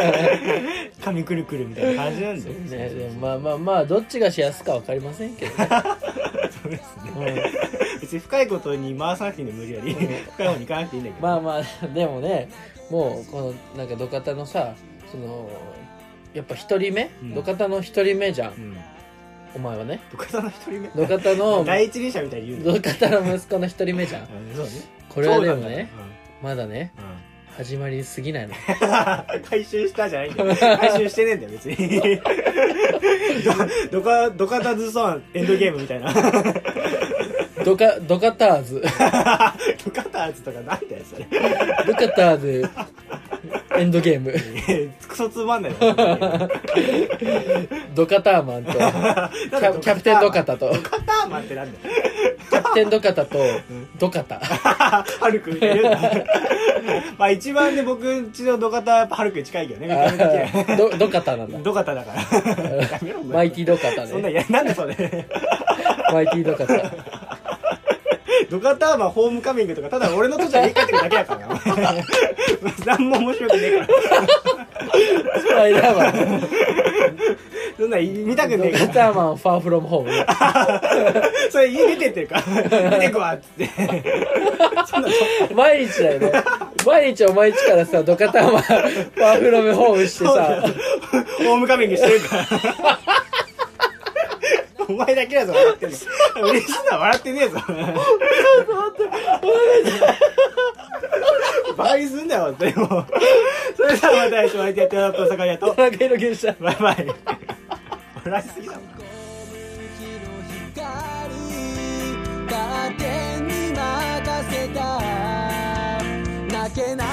Speaker 1: 髪くるくるみたいな感じなんだよ
Speaker 2: ね、でもまあまあまあ、どっちが幸せかわかりません
Speaker 1: *laughs*
Speaker 2: けどね。
Speaker 1: そうですね
Speaker 2: う
Speaker 1: 別に深いことに回さなくていいんだよ無理やり深い方に行かなくていいんだけ
Speaker 2: ん
Speaker 1: ど
Speaker 2: まあまあ、でもね、もう、この、なんか土方のさ、その、やっぱ一人目、
Speaker 1: うん
Speaker 2: 土方の一人目じゃ
Speaker 1: う、
Speaker 2: ん
Speaker 1: ん
Speaker 2: お前はね。
Speaker 1: 土方の一人目
Speaker 2: 土方
Speaker 1: *laughs*
Speaker 2: の、
Speaker 1: 第一人者みたいに言うの
Speaker 2: 土方の息子の一人目じゃん。
Speaker 1: うんそうね
Speaker 2: これはでも
Speaker 1: 長男だ
Speaker 2: ね、まだね、
Speaker 1: うんうん
Speaker 2: 始まりすぎないの。
Speaker 1: 回収したじゃないんだよ回収してねえんだよ
Speaker 2: *laughs*
Speaker 1: 別にどどかどかたずソンエンドゲームみたいな
Speaker 2: ドカ、 *laughs* ドカターズ。 *laughs*
Speaker 1: どかたずとかなんだよそれ
Speaker 2: ドカターズ、エンドゲーム。
Speaker 1: クソつまんないななんか
Speaker 2: ドカターマンと、キャキャプテンドカタと、
Speaker 1: ドカターマンってなん
Speaker 2: *laughs*
Speaker 1: だよ
Speaker 2: キャプテンドカタと、ドカタ。
Speaker 1: ハルクみたいな言うなまあ一番ね僕んちのドカタはやっぱハルクに近いけどね見た目的に
Speaker 2: *laughs*
Speaker 1: は
Speaker 2: ド、ドカタなんだ。
Speaker 1: ドカタだからやめろお前
Speaker 2: マイティドカタ
Speaker 1: そんな
Speaker 2: ね。
Speaker 1: いやなんでそれ
Speaker 2: マイティドカタ。
Speaker 1: ドカターマンホームカミングとか、ただ俺の父ちゃん言い換えてるだけやから *laughs* な。何も面白くねえから。
Speaker 2: スパイダーマン。
Speaker 1: そんなん見たくねえ
Speaker 2: ド
Speaker 1: か
Speaker 2: カ
Speaker 1: ら。
Speaker 2: ターマン、ファーフロムホームね。
Speaker 1: それ家出てってる
Speaker 2: *laughs*
Speaker 1: から。出てくわっつって。そんな
Speaker 2: 毎日だよね。毎日お前んちからさ、ドカターマン、ファーフロムホームしてさ、
Speaker 1: ホームカミングしてるから。お前だけだぞ、笑ってんの。嬉しいな、笑ってねえぞ。倍すんだよ、本当にもう。それではまた来週お相手やってもらった坂井と。
Speaker 2: 田中宏樹でした。
Speaker 1: バイバイ。笑いすぎだもん。
Speaker 3: 「この日の光」「カーテンに任せた」「泣けない